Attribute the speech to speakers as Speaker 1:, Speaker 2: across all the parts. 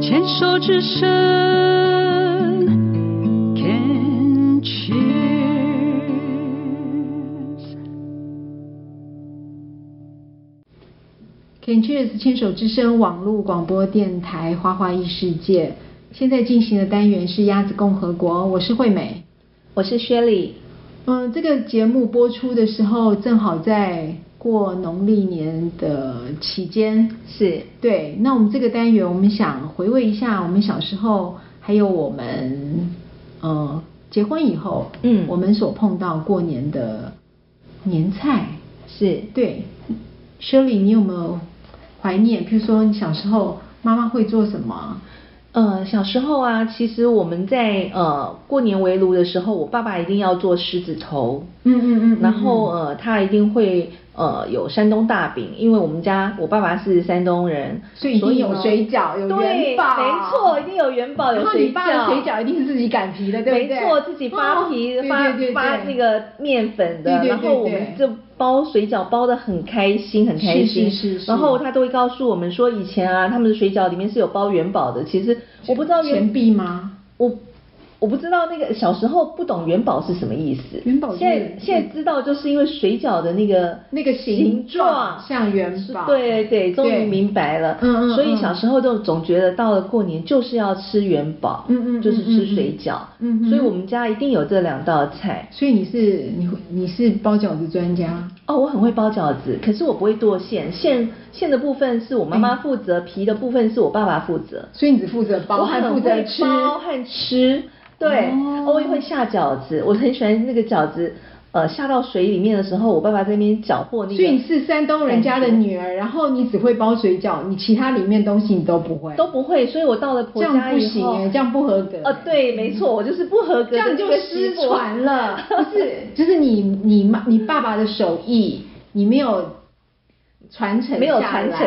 Speaker 1: 牵手之声，Can Cheers。
Speaker 2: Can Cheers 牵手之声网络广播电台《花花异世界》，现在进行的单元是鸭子共和国，我是惠美。
Speaker 3: 我是薛丽。
Speaker 2: 嗯，这个节目播出的时候，正好在过农历年的期间。
Speaker 3: 是
Speaker 2: 对，那我们这个单元，我们想回味一下我们小时候，还有我们呃结婚以后，
Speaker 3: 嗯
Speaker 2: 我们所碰到过年的年菜。
Speaker 3: 是，
Speaker 2: 对，Shirley，你有没有怀念？譬如说，你小时候妈妈会做什么？
Speaker 3: 呃，小时候啊，其实我们在呃过年围炉的时候，我爸爸一定要做狮子头，
Speaker 2: 嗯嗯嗯嗯
Speaker 3: 然后呃他一定会呃有山东大饼，因为我们家我爸爸是山东人，
Speaker 2: 所以一定有
Speaker 3: 呢
Speaker 2: 水饺有
Speaker 3: 对
Speaker 2: 元宝
Speaker 3: 没错，一定有元宝，有
Speaker 2: 然后
Speaker 3: 水
Speaker 2: 你爸的水饺一定是自己擀皮的对不对
Speaker 3: 没错，自己发皮、
Speaker 2: 哦对
Speaker 3: 发
Speaker 2: 对对对
Speaker 3: 发那个面粉的，
Speaker 2: 对对对
Speaker 3: 然后我们
Speaker 2: 对
Speaker 3: 就包水饺包的很开心，很开心。
Speaker 2: 是是是是
Speaker 3: 然后他都会告诉我们说，以前啊，他们的水饺里面是有包元宝的。其实我不知道元
Speaker 2: 钱币吗？
Speaker 3: 我我不知道那个小时候不懂元宝是什么意思。
Speaker 2: 元宝就是
Speaker 3: 现在现在知道，就是因为水饺的那个
Speaker 2: 那个形
Speaker 3: 形
Speaker 2: 状
Speaker 3: 状
Speaker 2: 像元宝
Speaker 3: 对对，终于
Speaker 2: 对
Speaker 3: 明白了。
Speaker 2: 嗯嗯
Speaker 3: 所以
Speaker 2: 嗯
Speaker 3: 小时候就总觉得到了过年就是要吃元宝，
Speaker 2: 嗯嗯嗯
Speaker 3: 就是吃水饺。
Speaker 2: 嗯嗯嗯
Speaker 3: 所以我们家一定有这两道菜。
Speaker 2: 所以你是你会你是包饺子专家，
Speaker 3: 哦，我很会包饺子，可是我不会剁馅，馅馅的部分是我妈妈负责，皮的部分是我爸爸负责。
Speaker 2: 所以你只负责包
Speaker 3: 我
Speaker 2: 还
Speaker 3: 很
Speaker 2: 负责
Speaker 3: 会
Speaker 2: 吃。
Speaker 3: 包和吃，对，
Speaker 2: 哦
Speaker 3: 我也会下饺子，我很喜欢那个饺子，呃，下到水里面的时候，我爸爸在那边搅和那个。
Speaker 2: 所以你是山东人家的
Speaker 3: 感觉
Speaker 2: 女儿，然后你只会包水饺，你其他里面东西你都不会，
Speaker 3: 都不会，所以我到了婆
Speaker 2: 这样
Speaker 3: 家
Speaker 2: 不
Speaker 3: 以
Speaker 2: 行
Speaker 3: 后，
Speaker 2: 哎，这样不合格。
Speaker 3: 呃，对，没错，我就是不合格
Speaker 2: 这
Speaker 3: 的
Speaker 2: 样
Speaker 3: 这
Speaker 2: 就
Speaker 3: 个媳
Speaker 2: 失
Speaker 3: 妇
Speaker 2: 传了， 不是？就是你你妈你爸爸的手艺，你没有传承，
Speaker 3: 没有传承，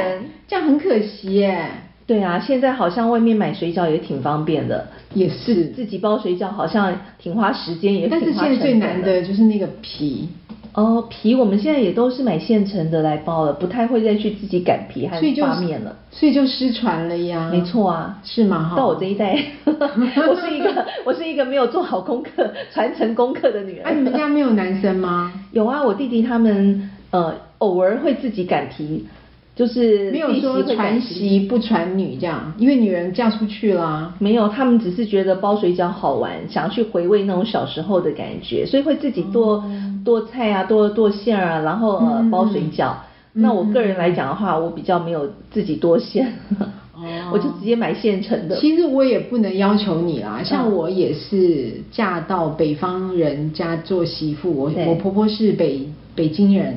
Speaker 2: 这样很可惜欸耶。
Speaker 3: 对啊，现在好像外面买水饺也挺方便的，
Speaker 2: 也是，
Speaker 3: 自己包水饺好像挺花时间，也挺
Speaker 2: 但是
Speaker 3: 花
Speaker 2: 现在
Speaker 3: 成
Speaker 2: 最
Speaker 3: 本
Speaker 2: 难的就是那个皮，
Speaker 3: 哦，皮我们现在也都是买现成的来包了，不太会再去自己擀皮和
Speaker 2: 所以就
Speaker 3: 发面了。
Speaker 2: 所以就失传了呀。
Speaker 3: 没错啊，
Speaker 2: 是吗？哈
Speaker 3: 到我这一代， 我是一 个我是一个没有做好功课、传承功课的女人。
Speaker 2: 哎、你们家没有男生吗？
Speaker 3: 有啊，我弟弟他们呃偶尔会自己擀皮， 就是
Speaker 2: 没有
Speaker 3: 弟媳
Speaker 2: 说
Speaker 3: 会擀
Speaker 2: 传
Speaker 3: 皮
Speaker 2: 媳不传女这样，因为女人嫁出去啦。
Speaker 3: 没有，他们只是觉得包水饺好玩，想要去回味那种小时候的感觉，所以会自己剁、剁菜啊，剁剁馅儿啊，然后呃
Speaker 2: 哦嗯
Speaker 3: 包水饺。
Speaker 2: 嗯
Speaker 3: 那我个人来讲的话，我比较没有自己剁馅，
Speaker 2: 哦
Speaker 3: 我就直接买现成的。
Speaker 2: 其实我也不能要求你啦，像
Speaker 3: 嗯
Speaker 2: 我也是嫁到北方人家做媳妇，我
Speaker 3: 对
Speaker 2: 我婆婆是北北京人，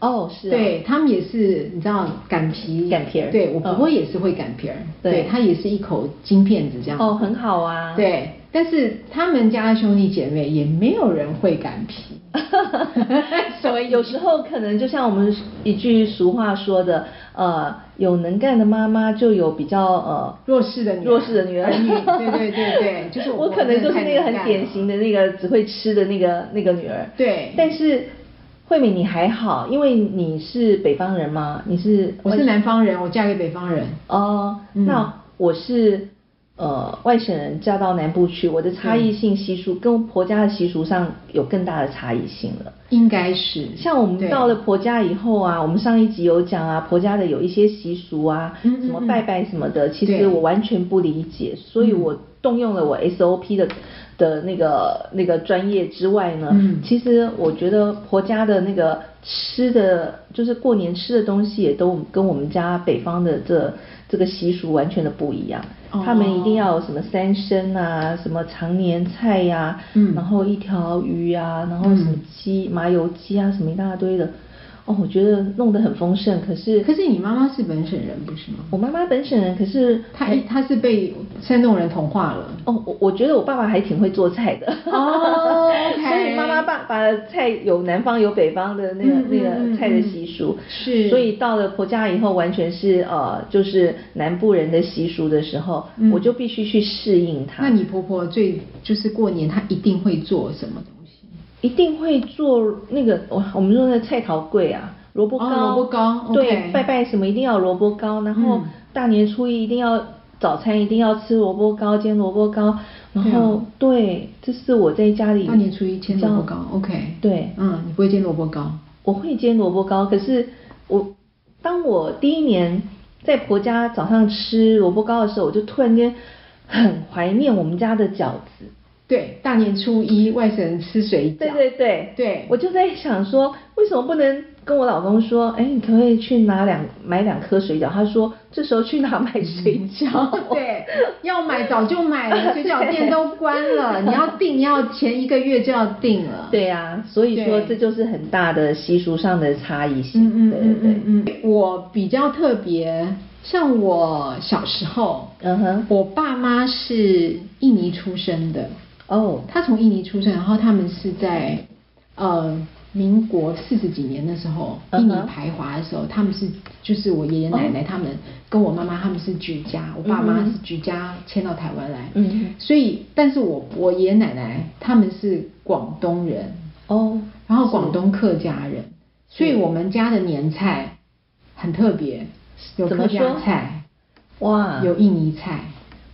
Speaker 3: 哦，是、啊，
Speaker 2: 对他们也是，你知道擀皮，
Speaker 3: 擀皮儿
Speaker 2: 对我婆
Speaker 3: 嗯
Speaker 2: 婆也是会擀皮儿，
Speaker 3: 对
Speaker 2: 对她也是一口金片子这样，
Speaker 3: 哦，很好啊。，
Speaker 2: 对，但是他们家的兄弟姐妹也没有人会擀 皮，
Speaker 3: 所以有时候可能就像我们一句俗话说的，呃，有能干的妈妈就有比较呃
Speaker 2: 弱势的女儿
Speaker 3: 弱势的女儿，
Speaker 2: 儿女啊 对对对对就是我
Speaker 3: 我可能就是那个
Speaker 2: 我真的太能干了
Speaker 3: 很典型的那个只会吃的那个那个女儿。
Speaker 2: 对
Speaker 3: 但是慧敏你还好，因为你是北方人吗？你是
Speaker 2: 我是南方人，我嫁给北方人，
Speaker 3: 哦，
Speaker 2: 嗯
Speaker 3: 那我是呃外省人嫁到南部去，我的差异性习俗跟婆家的习俗上有更大的差异性了。
Speaker 2: 应该是
Speaker 3: 像我们
Speaker 2: 对
Speaker 3: 到了婆家以后啊，我们上一集有讲啊，婆家的有一些习俗啊，
Speaker 2: 嗯嗯
Speaker 3: 什么
Speaker 2: 嗯
Speaker 3: 拜拜什么的，其
Speaker 2: 对
Speaker 3: 实我完全不理解，所以我动用了我 SOP 的的那个那个专业之外呢，
Speaker 2: 嗯
Speaker 3: 其实我觉得婆家的那个吃的，就是过年吃的东西也都跟我们家北方的这这个习俗完全的不一样。
Speaker 2: 哦
Speaker 3: 他们一定要有什么三牲啊，什么常年菜呀、
Speaker 2: 嗯
Speaker 3: 然后一条鱼啊，然后什么
Speaker 2: 嗯
Speaker 3: 鸡、麻油鸡啊，什么一大堆的。哦，我觉得弄得很丰盛，可是
Speaker 2: 可是你妈妈是本省人不是吗？
Speaker 3: 我妈妈本省人，可是
Speaker 2: 她她是被山东人同化了。
Speaker 3: 哦，我我觉得我爸爸还挺会做菜的。
Speaker 2: 哦，OK
Speaker 3: 所以妈妈爸爸的菜有南方有北方的那个、
Speaker 2: 嗯嗯
Speaker 3: 那
Speaker 2: 嗯
Speaker 3: 个菜的习俗。
Speaker 2: 嗯是
Speaker 3: 所以到了婆家以后，完全是呃，就是南部人的习俗的时候，
Speaker 2: 嗯
Speaker 3: 我就必须去适应它。
Speaker 2: 那你婆婆最就是过年她一定会做什么东西？
Speaker 3: 一定会做那个我我们说的菜桃柜啊，萝卜糕，
Speaker 2: 哦萝卜糕
Speaker 3: 对
Speaker 2: OK
Speaker 3: 拜拜什么一定要有萝卜糕，然后
Speaker 2: 嗯
Speaker 3: 大年初一一定要早餐一定要吃萝卜糕，煎萝卜糕，然
Speaker 2: 对啊
Speaker 3: 后对，这是我在家里
Speaker 2: 大年初一煎萝卜
Speaker 3: 比
Speaker 2: 糕
Speaker 3: 较
Speaker 2: ，OK。
Speaker 3: 对，
Speaker 2: 嗯，你不会煎萝卜糕，
Speaker 3: 我会煎萝卜糕，可是我当我第一年在婆家早上吃萝卜糕的时候，我就突然间很怀念我们家的饺子。
Speaker 2: 对，大年初一外省人吃水饺，
Speaker 3: 对对对
Speaker 2: 对
Speaker 3: 我就在想说，为什么不能跟我老公说，哎，你可不可以去拿两买两颗水饺？他说这时候去哪
Speaker 2: 嗯
Speaker 3: 买水饺？
Speaker 2: 对，要买早就买了，水饺店都关了，你要订要前一个月就要订了。
Speaker 3: 对呀、所以说这
Speaker 2: 对
Speaker 3: 就是很大的习俗上的差异性。
Speaker 2: 嗯，嗯
Speaker 3: 对
Speaker 2: 嗯
Speaker 3: 对对
Speaker 2: 嗯，嗯嗯，我比较特别，像我小时候，
Speaker 3: 嗯哼
Speaker 2: 我爸妈是印尼出生的，
Speaker 3: 哦，
Speaker 2: 他从印尼出生，然后他们是在呃民国四十几年的时候，印
Speaker 3: 嗯
Speaker 2: 尼
Speaker 3: 哼
Speaker 2: 排华的时候，他们是就是我爷爷奶奶
Speaker 3: 哦
Speaker 2: 他们、跟我妈妈他们是举家，我爸妈
Speaker 3: 嗯哼
Speaker 2: 是举家迁到台湾来，
Speaker 3: 嗯哼
Speaker 2: 所以但是我我爷爷奶奶他们是广东人，
Speaker 3: 哦，
Speaker 2: 然后广东客家人，所以我们家的年菜很特别，有
Speaker 3: 怎
Speaker 2: 客
Speaker 3: 么
Speaker 2: 家
Speaker 3: 说嗯
Speaker 2: 菜，
Speaker 3: 哇，
Speaker 2: 有印尼菜，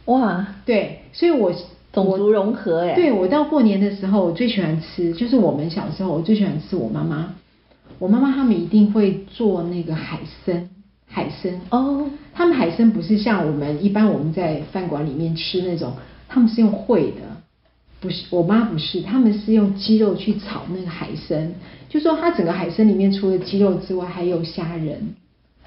Speaker 3: 哇，
Speaker 2: 对，所以我
Speaker 3: 种族融合哎，
Speaker 2: 对，我到过年的时候，我最喜欢吃，就是我们小时候我最喜欢吃我妈妈，我妈妈他们一定会做那个海参，海参
Speaker 3: 哦
Speaker 2: 他们海参不是像我们一般我们在饭馆里面吃那种，他们是用烩的，不是我妈不是，他们是用鸡肉去炒那个海参，就说它整个海参里面除了鸡肉之外，还有虾仁，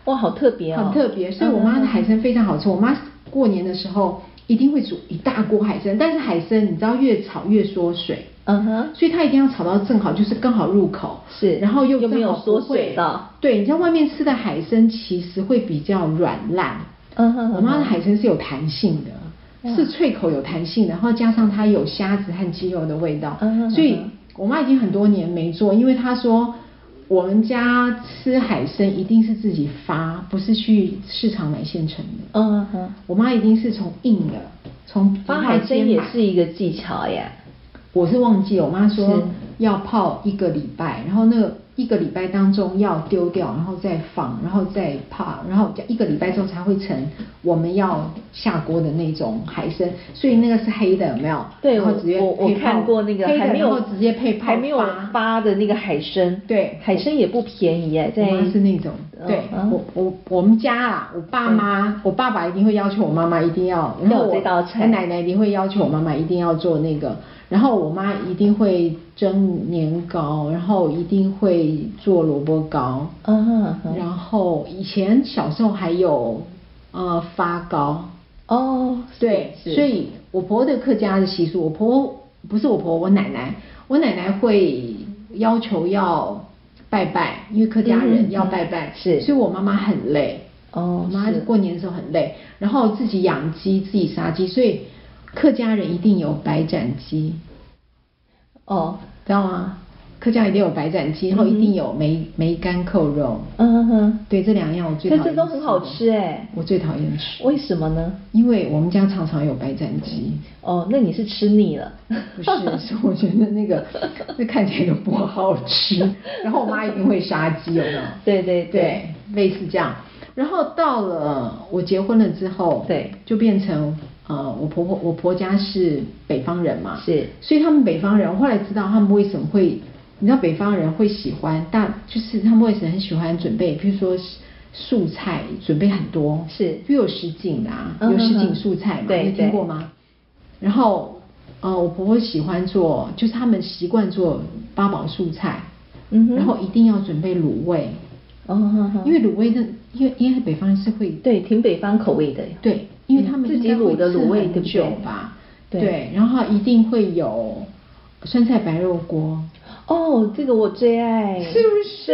Speaker 3: 哇，好特别哦，
Speaker 2: 很特别，所以我妈的海参非常好吃。我妈过年的时候一定会煮一大锅海参，但是海参你知道越炒越缩水，
Speaker 3: 嗯哼，
Speaker 2: 所以它一定要炒到正好，就是刚好入口，
Speaker 3: 是
Speaker 2: 然后又
Speaker 3: 又没有
Speaker 2: 正好不
Speaker 3: 缩水
Speaker 2: 会
Speaker 3: 到
Speaker 2: 对，你在外面吃的海参其实会比较软烂，
Speaker 3: 嗯哼嗯哼
Speaker 2: 我妈的海参是有弹性的，
Speaker 3: 哇
Speaker 2: 是脆口有弹性的，然后加上它有虾子和鸡肉的味道，
Speaker 3: 嗯哼嗯哼
Speaker 2: 所以我妈已经很多年没做，因为她说。我们家吃海参一定是自己发，不是去市场买现成的。
Speaker 3: 嗯哼，
Speaker 2: 我妈一定是从硬的，从
Speaker 3: 发海
Speaker 2: 街
Speaker 3: 参也
Speaker 2: 买
Speaker 3: 是一个技巧耶，
Speaker 2: 我是忘记，我妈说
Speaker 3: 是
Speaker 2: 要泡一个礼拜，然后那个一个礼拜当中要丢掉，然后再放，然后再泡，然后一个礼拜之后才会成我们要下锅的那种海参，所以那个是黑的，有没有？
Speaker 3: 对，
Speaker 2: 然后
Speaker 3: 我
Speaker 2: 直接
Speaker 3: 我我
Speaker 2: 配泡
Speaker 3: 看过那个
Speaker 2: 黑的
Speaker 3: 还没有
Speaker 2: 然后直接配泡
Speaker 3: 还没有发的那个海参，
Speaker 2: 对
Speaker 3: 海参也不便宜耶，在
Speaker 2: 我妈是那种，对、
Speaker 3: 嗯
Speaker 2: 我我我们家啦，我爸妈、我爸爸一定会要求我妈妈一定要，然
Speaker 3: 嗯要
Speaker 2: 后
Speaker 3: 有
Speaker 2: 我
Speaker 3: 这道菜
Speaker 2: 我奶奶一定会要求我妈妈一定要做那个，然后我妈一定会蒸年糕，然后一定会做萝卜糕，
Speaker 3: 嗯哼嗯哼
Speaker 2: 然后以前小时候还有呃发糕，
Speaker 3: 哦，是
Speaker 2: 对，
Speaker 3: 是
Speaker 2: 所以我婆婆的客家的习俗，我婆婆不是我婆婆，我奶奶，我奶奶会要求要拜拜，因为客家
Speaker 3: 嗯
Speaker 2: 人
Speaker 3: 嗯
Speaker 2: 要拜拜，
Speaker 3: 是
Speaker 2: 所以我妈妈很累，
Speaker 3: 哦
Speaker 2: 我妈
Speaker 3: 是
Speaker 2: 过年的时候很累，然后自己养鸡，自己杀鸡，所以客家人一定有白斩鸡，
Speaker 3: 哦，
Speaker 2: 知道吗？客家一定有白斩鸡，然后一定有梅梅干扣肉，
Speaker 3: 嗯嗯哼哼，
Speaker 2: 对，这两样我最讨
Speaker 3: 但
Speaker 2: 厌
Speaker 3: 这
Speaker 2: 的。
Speaker 3: 都很好吃哎，
Speaker 2: 我最讨厌吃，
Speaker 3: 为什么呢？
Speaker 2: 因为我们家常常有白斩鸡。
Speaker 3: 哦，那你是吃腻了，
Speaker 2: 不是，是我觉得那个那看起来就不好吃。然后我妈一定会杀鸡，有没有？
Speaker 3: 对对对
Speaker 2: 对，类似这样。然后到了我结婚了之后，
Speaker 3: 对
Speaker 2: 就变成呃，我婆婆我婆家是北方人嘛，
Speaker 3: 是
Speaker 2: 所以他们北方人，我后来知道他们为什么会，你知道北方人会喜欢大，就是他们为什么很喜欢准备，譬如说素菜准备很多，
Speaker 3: 是
Speaker 2: 比如有什锦啊，
Speaker 3: 嗯
Speaker 2: 有什
Speaker 3: 嗯
Speaker 2: 锦
Speaker 3: 嗯
Speaker 2: 素菜嘛，
Speaker 3: 对
Speaker 2: 你听
Speaker 3: 对
Speaker 2: 过吗？然后，呃，我婆婆喜欢做，就是他们习惯做八宝素菜，
Speaker 3: 嗯哼
Speaker 2: 然后一定要准备卤味，
Speaker 3: 哦哼哼
Speaker 2: 因为卤味的，因为因为北方人是会
Speaker 3: 对挺北方口味的，
Speaker 2: 对，因为他们
Speaker 3: 嗯自己
Speaker 2: 应该会
Speaker 3: 卤的卤味
Speaker 2: 吃很
Speaker 3: 对不
Speaker 2: 久
Speaker 3: 对
Speaker 2: 吧？
Speaker 3: 对
Speaker 2: 然后一定会有酸菜白肉锅，
Speaker 3: 哦，这个我最爱，
Speaker 2: 是不是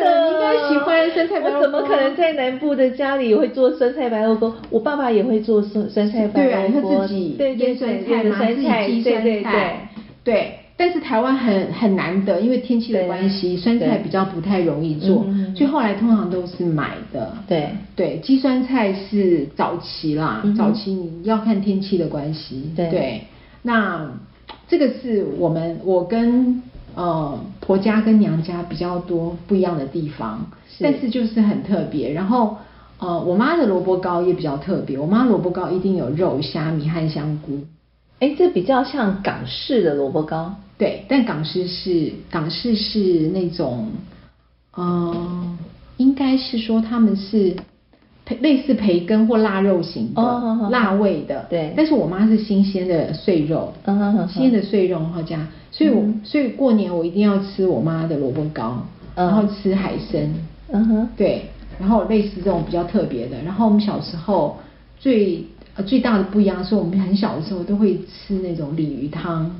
Speaker 3: 真的
Speaker 2: 你应该喜欢酸菜白肉锅
Speaker 3: 我怎么可能在南部的家里会做酸菜白肉锅？我爸爸也会做酸酸菜白
Speaker 2: 对啊，
Speaker 3: 肉
Speaker 2: 他
Speaker 3: 锅，
Speaker 2: 自己
Speaker 3: 对对
Speaker 2: 腌
Speaker 3: 对
Speaker 2: 酸菜
Speaker 3: 腌的
Speaker 2: 嘛，自
Speaker 3: 酸
Speaker 2: 己
Speaker 3: 菜，
Speaker 2: 鸡
Speaker 3: 对
Speaker 2: 酸
Speaker 3: 对对
Speaker 2: 菜，对。但是台湾很很难得，因为天气的
Speaker 3: 对
Speaker 2: 关系，酸菜
Speaker 3: 对
Speaker 2: 比较不太容易做
Speaker 3: 嗯嗯，嗯
Speaker 2: 所以后来通常都是买的。
Speaker 3: 对
Speaker 2: 对，鸡酸菜是早期啦，
Speaker 3: 嗯嗯哼
Speaker 2: 早期你要看天气的关系。
Speaker 3: 对
Speaker 2: 那这个是我们我跟呃婆家跟娘家比较多不一样的地方，
Speaker 3: 是
Speaker 2: 但是就是很特别。然后呃，我妈的萝卜糕也比较特别，我妈萝卜糕一定有肉、虾米和香菇。
Speaker 3: 哎，这比较像港式的萝卜糕，
Speaker 2: 对，但港式是港式是那种，呃，应该是说他们是培类似培根或腊肉型的，
Speaker 3: 哦好好好
Speaker 2: 辣味的。
Speaker 3: 对
Speaker 2: 但是我妈是新鲜的碎肉，
Speaker 3: 嗯哼哼哼
Speaker 2: 新鲜的碎肉然后加，所以我、
Speaker 3: 嗯
Speaker 2: 所以过年我一定要吃我妈的萝卜糕，
Speaker 3: 嗯
Speaker 2: 然后吃海参。
Speaker 3: 嗯哼，
Speaker 2: 对，然后类似这种比较特别的。然后我们小时候最呃最大的不一样是我们很小的时候都会吃那种鲤鱼汤，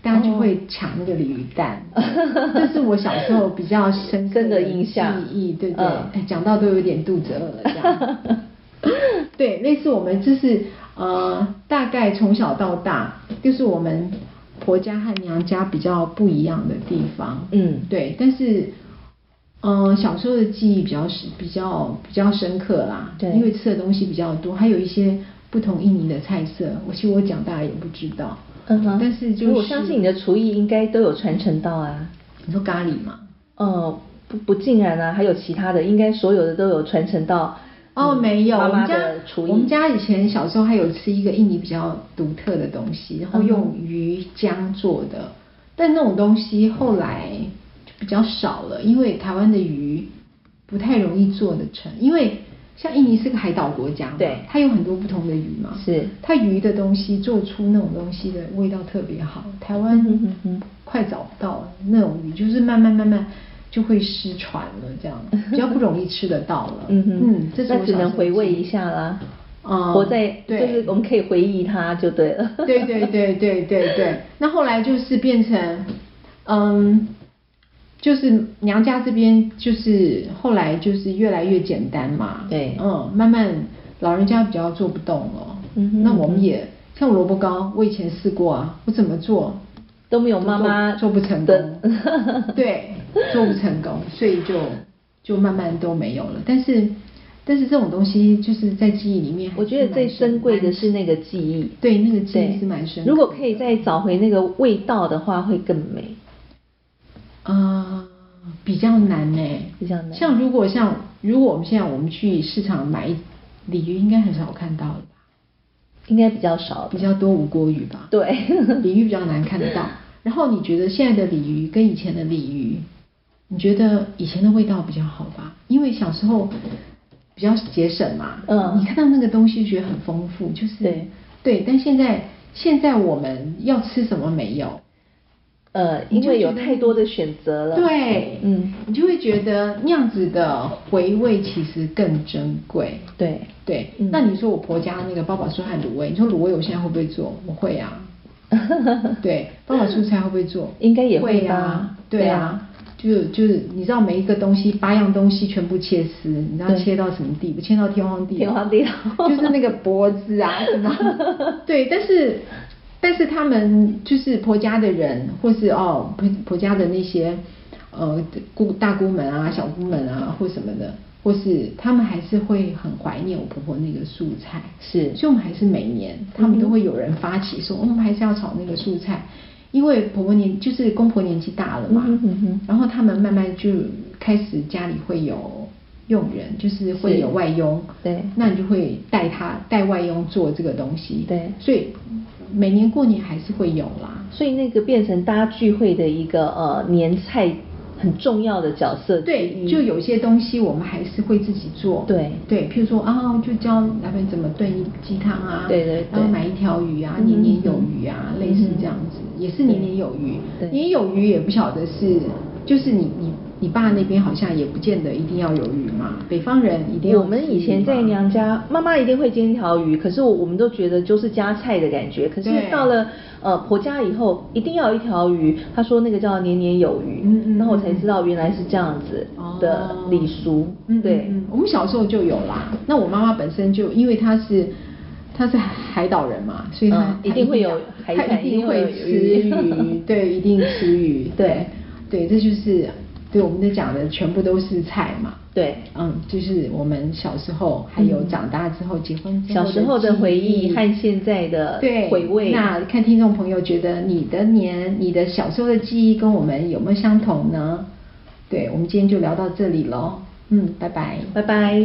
Speaker 2: 大家就会抢那个鲤鱼蛋， 这是我小时候比较深刻
Speaker 3: 哦深的印象
Speaker 2: 记忆，对不对？
Speaker 3: 嗯
Speaker 2: 哎讲到都有点肚子饿了 这样。对，类似我们就是呃，大概从小到大，就是我们婆家和娘家比较不一样的地方。
Speaker 3: 嗯
Speaker 2: 对，但是呃，小时候的记忆比较是比较比较深刻啦，
Speaker 3: 对
Speaker 2: 因为吃的东西比较多，还有一些不同印尼的菜色，我其实我讲大家也不知道。
Speaker 3: 嗯哼，
Speaker 2: 但是就是
Speaker 3: 我相信你的厨艺应该都有传承到啊。
Speaker 2: 你说咖喱嘛，
Speaker 3: 呃，不不尽然啊，还有其他的，应该所有的都有传承到。
Speaker 2: 哦，
Speaker 3: 嗯
Speaker 2: 没有，
Speaker 3: 妈
Speaker 2: 我们
Speaker 3: 妈
Speaker 2: 家
Speaker 3: 的厨艺，
Speaker 2: 我们家以前小时候还有吃一个印尼比较独特的东西，然后用鱼浆做的，但那种东西后来就比较少了，因为台湾的鱼不太容易做得成，因为像印尼是个海岛国家嘛，
Speaker 3: 对
Speaker 2: 它有很多不同的鱼嘛，
Speaker 3: 是
Speaker 2: 它鱼的东西做出那种东西的味道特别好，台湾
Speaker 3: 嗯哼哼哼
Speaker 2: 快找不到了那种鱼，就是慢慢慢慢。就会失传了，这 样比较不容易吃得到了。
Speaker 3: 嗯哼
Speaker 2: 嗯，这是我
Speaker 3: 那只
Speaker 2: 小时
Speaker 3: 能
Speaker 2: 候
Speaker 3: 回味
Speaker 2: 记忆
Speaker 3: 一下啦。
Speaker 2: 嗯
Speaker 3: 活在就
Speaker 2: 对
Speaker 3: 是我们可以回忆它就对 了。
Speaker 2: 对对对对对对。那后来就是变成，嗯，就是娘家这边就是后来就是越来越简单嘛。
Speaker 3: 对
Speaker 2: 嗯，慢慢老人家比较做不动了。
Speaker 3: 嗯哼
Speaker 2: 那我们也像萝卜糕，我以前试过啊，我怎么做
Speaker 3: 都没有妈妈
Speaker 2: 做不做不成
Speaker 3: 的
Speaker 2: 功， 对，做不成功，所以就就慢慢都没有了。但是但是这种东西就是在记忆里面还是
Speaker 3: 我
Speaker 2: 蛮深，
Speaker 3: 觉得最珍贵的
Speaker 2: 蛮
Speaker 3: 是那个记忆，
Speaker 2: 对那个记忆
Speaker 3: 对
Speaker 2: 是蛮深刻的
Speaker 3: 如果可以再找回那个味道的话，会更美。
Speaker 2: 呃，比较难呢、
Speaker 3: 比较难
Speaker 2: 像如果像如果我们现在我们去市场买鲤鱼，应该很少看到了吧？
Speaker 3: 应该比较少的，
Speaker 2: 比较多无锅鱼吧？
Speaker 3: 对
Speaker 2: 鲤鱼比较难看得到。然后你觉得现在的鲤鱼跟以前的鲤鱼，你觉得以前的味道比较好吧？因为小时候比较节省嘛，
Speaker 3: 嗯
Speaker 2: 你看到那个东西觉得很丰富，就是
Speaker 3: 对
Speaker 2: 对，但现在现在我们要吃什么没有？
Speaker 3: 呃，
Speaker 2: 你
Speaker 3: 因
Speaker 2: 就
Speaker 3: 为有
Speaker 2: 觉得
Speaker 3: 太多的选择了。
Speaker 2: 对，
Speaker 3: 嗯，
Speaker 2: 你就会觉得那样子的回味其实更珍贵。
Speaker 3: 对
Speaker 2: 对，
Speaker 3: 嗯
Speaker 2: 那你说我婆家那个八宝酥和卤味，你说卤味我现在会不会做？我会啊。 对，八宝蔬菜会不会做？
Speaker 3: 应该也会吧
Speaker 2: 会啊。
Speaker 3: 对
Speaker 2: 对
Speaker 3: 啊
Speaker 2: 啊，就是就是，你知道每一个东西八样东西全部切丝，你知道
Speaker 3: 对
Speaker 2: 切到什么地步？切到天荒地
Speaker 3: 天荒地老
Speaker 2: 就是那个脖子啊 什么。对，但是但是他们就是婆家的人，或是哦婆婆家的那些呃姑大姑们啊、小姑们啊或什么的。或是他们还是会很怀念我婆婆那个素菜，
Speaker 3: 是
Speaker 2: 所以我们还是每年他们都会有人发起
Speaker 3: 嗯
Speaker 2: 说，哦我们还是要炒那个蔬菜，因为婆婆年就是公婆年纪大了嘛，
Speaker 3: 嗯哼嗯哼
Speaker 2: 然后他们慢慢就开始家里会有佣人，就是会
Speaker 3: 是
Speaker 2: 有外佣，
Speaker 3: 对
Speaker 2: 那你就会带他带外佣做这个东西，
Speaker 3: 对
Speaker 2: 所以每年过年还是会有啦，
Speaker 3: 所以那个变成大家聚会的一个呃年菜很重要的角色之
Speaker 2: 对，
Speaker 3: 一
Speaker 2: 就有些东西我们还是会自己做。
Speaker 3: 对
Speaker 2: 对，譬如说啊，就教老板怎么炖一鸡汤啊，
Speaker 3: 对对对
Speaker 2: 然后买一条鱼啊，
Speaker 3: 嗯
Speaker 2: 年年有余啊，
Speaker 3: 嗯
Speaker 2: 类似这样子，也是年年有余。
Speaker 3: 对
Speaker 2: 年年有余也不晓得是，就是你你你爸那边好像也不见得一定要有鱼嘛，北方人一定要。
Speaker 3: 我们以前在娘。家，妈妈一定会煎一条鱼，可是我我们都觉得就是家菜的感觉。可是
Speaker 2: 对
Speaker 3: 到了呃婆家以后，一定要有一条鱼，她说那个叫年年有余，
Speaker 2: 嗯嗯
Speaker 3: 然后我才知道原来是这样子的
Speaker 2: 哦
Speaker 3: 礼俗，
Speaker 2: 嗯，
Speaker 3: 对，
Speaker 2: 嗯，嗯我们小时候就有啦。那我妈妈本身就因为她是她是海岛人嘛，所以她、
Speaker 3: 嗯
Speaker 2: 她
Speaker 3: 一定会有
Speaker 2: 要
Speaker 3: 海
Speaker 2: 她
Speaker 3: 产
Speaker 2: 一
Speaker 3: 一
Speaker 2: 定
Speaker 3: 定会
Speaker 2: 会
Speaker 3: 有
Speaker 2: 吃
Speaker 3: 鱼
Speaker 2: 鱼，对，一定吃鱼，
Speaker 3: 对
Speaker 2: 对，这就是对我们在讲的全部都是菜嘛。
Speaker 3: 对
Speaker 2: 嗯，就是我们小时候还有
Speaker 3: 嗯
Speaker 2: 长大之后、结婚之后
Speaker 3: 小时候的
Speaker 2: 记
Speaker 3: 回忆和现在的
Speaker 2: 对
Speaker 3: 回味
Speaker 2: 那看听众朋友觉得你的年、你的小时候的记忆跟我们有没有相同呢？对，我们今天就聊到这里喽。嗯，拜拜。
Speaker 3: 拜拜。